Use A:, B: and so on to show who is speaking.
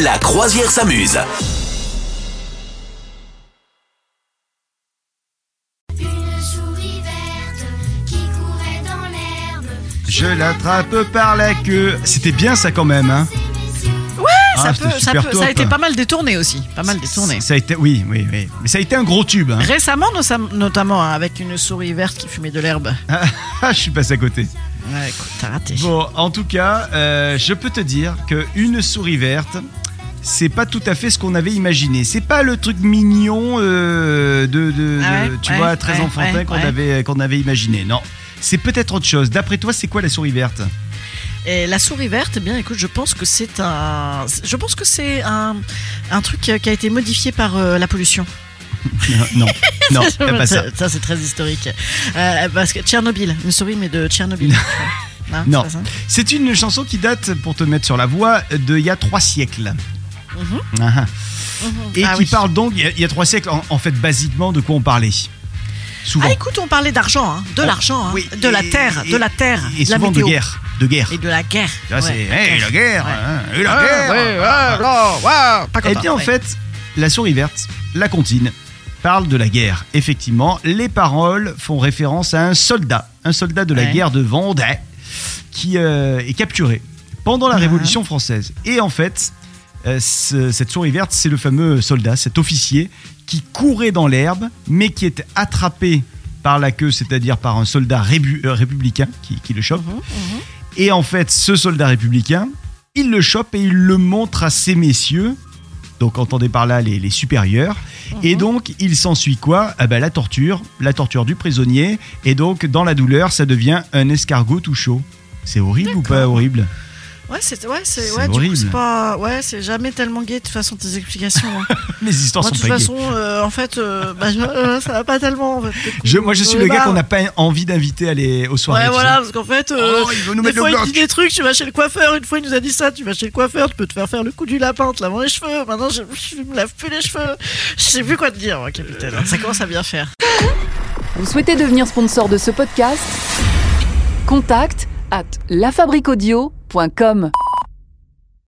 A: La croisière s'amuse.
B: Une souris verte qui courait dans l'herbe.
C: Je l'attrape par la queue. C'était bien ça quand même. Hein
D: Ça,
C: Ah,
D: peut-
C: c'était
D: ça,
C: super
D: peut- ça a
C: top.
D: été pas mal détourné aussi. Pas mal détourné.
C: Ça a été, oui, oui, oui. Mais ça a été un gros tube. Hein.
D: Récemment, nous sommes- notamment, hein, avec une souris verte qui fumait de l'herbe.
C: Ah, je suis passé à côté.
D: Ouais, écoute, t'as raté.
C: Bon, en tout cas, euh, je peux te dire que une souris verte, c'est pas tout à fait ce qu'on avait imaginé. C'est pas le truc mignon euh, de, de-
D: Ah ouais,
C: de- tu
D: ouais,
C: vois, très
D: ouais,
C: enfantin
D: ouais,
C: qu'on
D: ouais.
C: avait qu'on avait imaginé. Non, c'est peut-être autre chose. D'après toi, c'est quoi la souris verte
D: Et la souris verte, eh bien, écoute, je pense que c'est un, je pense que c'est un, un truc qui a qui a été modifié par euh, la pollution.
C: Non, non, t'as pas Ah, bah, ça.
D: c'est très historique. Euh, parce que Tchernobyl, une souris mais de Tchernobyl. Non,
C: Non.
D: c'est pas ça
C: C'est une chanson qui date, pour te mettre sur la voie, de il y a trois siècles. Ah, ah. Et
D: Mm-hmm. Ah
C: qui
D: oui.
C: parle donc, il y a- il y, a trois siècles, en, en fait, basiquement, de quoi on parlait Souvent.
D: Ah, écoute, on parlait d'argent, hein, de
C: On-
D: l'argent, hein,
C: Oh, oui,
D: de la
C: et-
D: terre,
C: et-
D: de la terre,
C: Et
D: de la
C: souvent
D: météo.
C: de guerre. De guerre.
D: Et de la guerre.
C: Tu vois,
D: ouais.
C: c'est hey, la guerre,
D: Ouais. Ah,
C: hein, et la guerre.
D: Pas
C: Eh
D: content,
C: bien, en
D: ouais.
C: fait, la souris verte, la comptine, parle de la guerre. Effectivement, les paroles font référence à un soldat, un soldat de la
D: Ouais.
C: guerre de Vendée, qui euh, est capturé pendant la Révolution française. Et en fait, euh, ce- cette souris verte, c'est le fameux soldat, cet officier, qui courait dans l'herbe, mais qui est attrapé par la queue, c'est-à-dire par un soldat rébu- euh, républicain qui, qui le chope. Et en fait, ce soldat républicain, il le chope et il le montre à ses messieurs. Donc entendez par là les, les supérieurs. Et donc il s'ensuit quoi Ah ben, La torture, la torture du prisonnier. Et donc dans la douleur, ça devient un escargot tout chaud. C'est horrible ou pas
D: D'accord.
C: horrible
D: Ouais, c'est ouais, c'est
C: C'est
D: ouais, du coup,
C: horrible.
D: c'est pas ouais, c'est jamais tellement gay de toute façon tes explications. hein.
C: Les histoires
D: Moi, de
C: sont
D: toute
C: pas gaies.
D: façon, euh, en fait, euh, bah, je- euh, ça va pas tellement. en fait.
C: Je- moi je suis le
D: Bah,
C: gars qu'on n'a pas envie d'inviter à aller aux soirées.
D: Ouais,
C: tu
D: voilà,
C: sais.
D: parce qu'en fait, euh,
C: oh, il veut nous
D: des
C: mettre
D: fois
C: le
D: il
C: bloc.
D: dit des trucs, tu vas chez le coiffeur, une fois il nous a dit ça, tu vas chez le coiffeur, tu peux te faire faire le coup du lapin, te lavant les cheveux, maintenant je, je me lave plus les cheveux. Je sais plus quoi te dire, moi, capitaine, ça commence à bien faire.
E: Vous souhaitez devenir sponsor de ce podcast Contact à lafabriquaudio.com.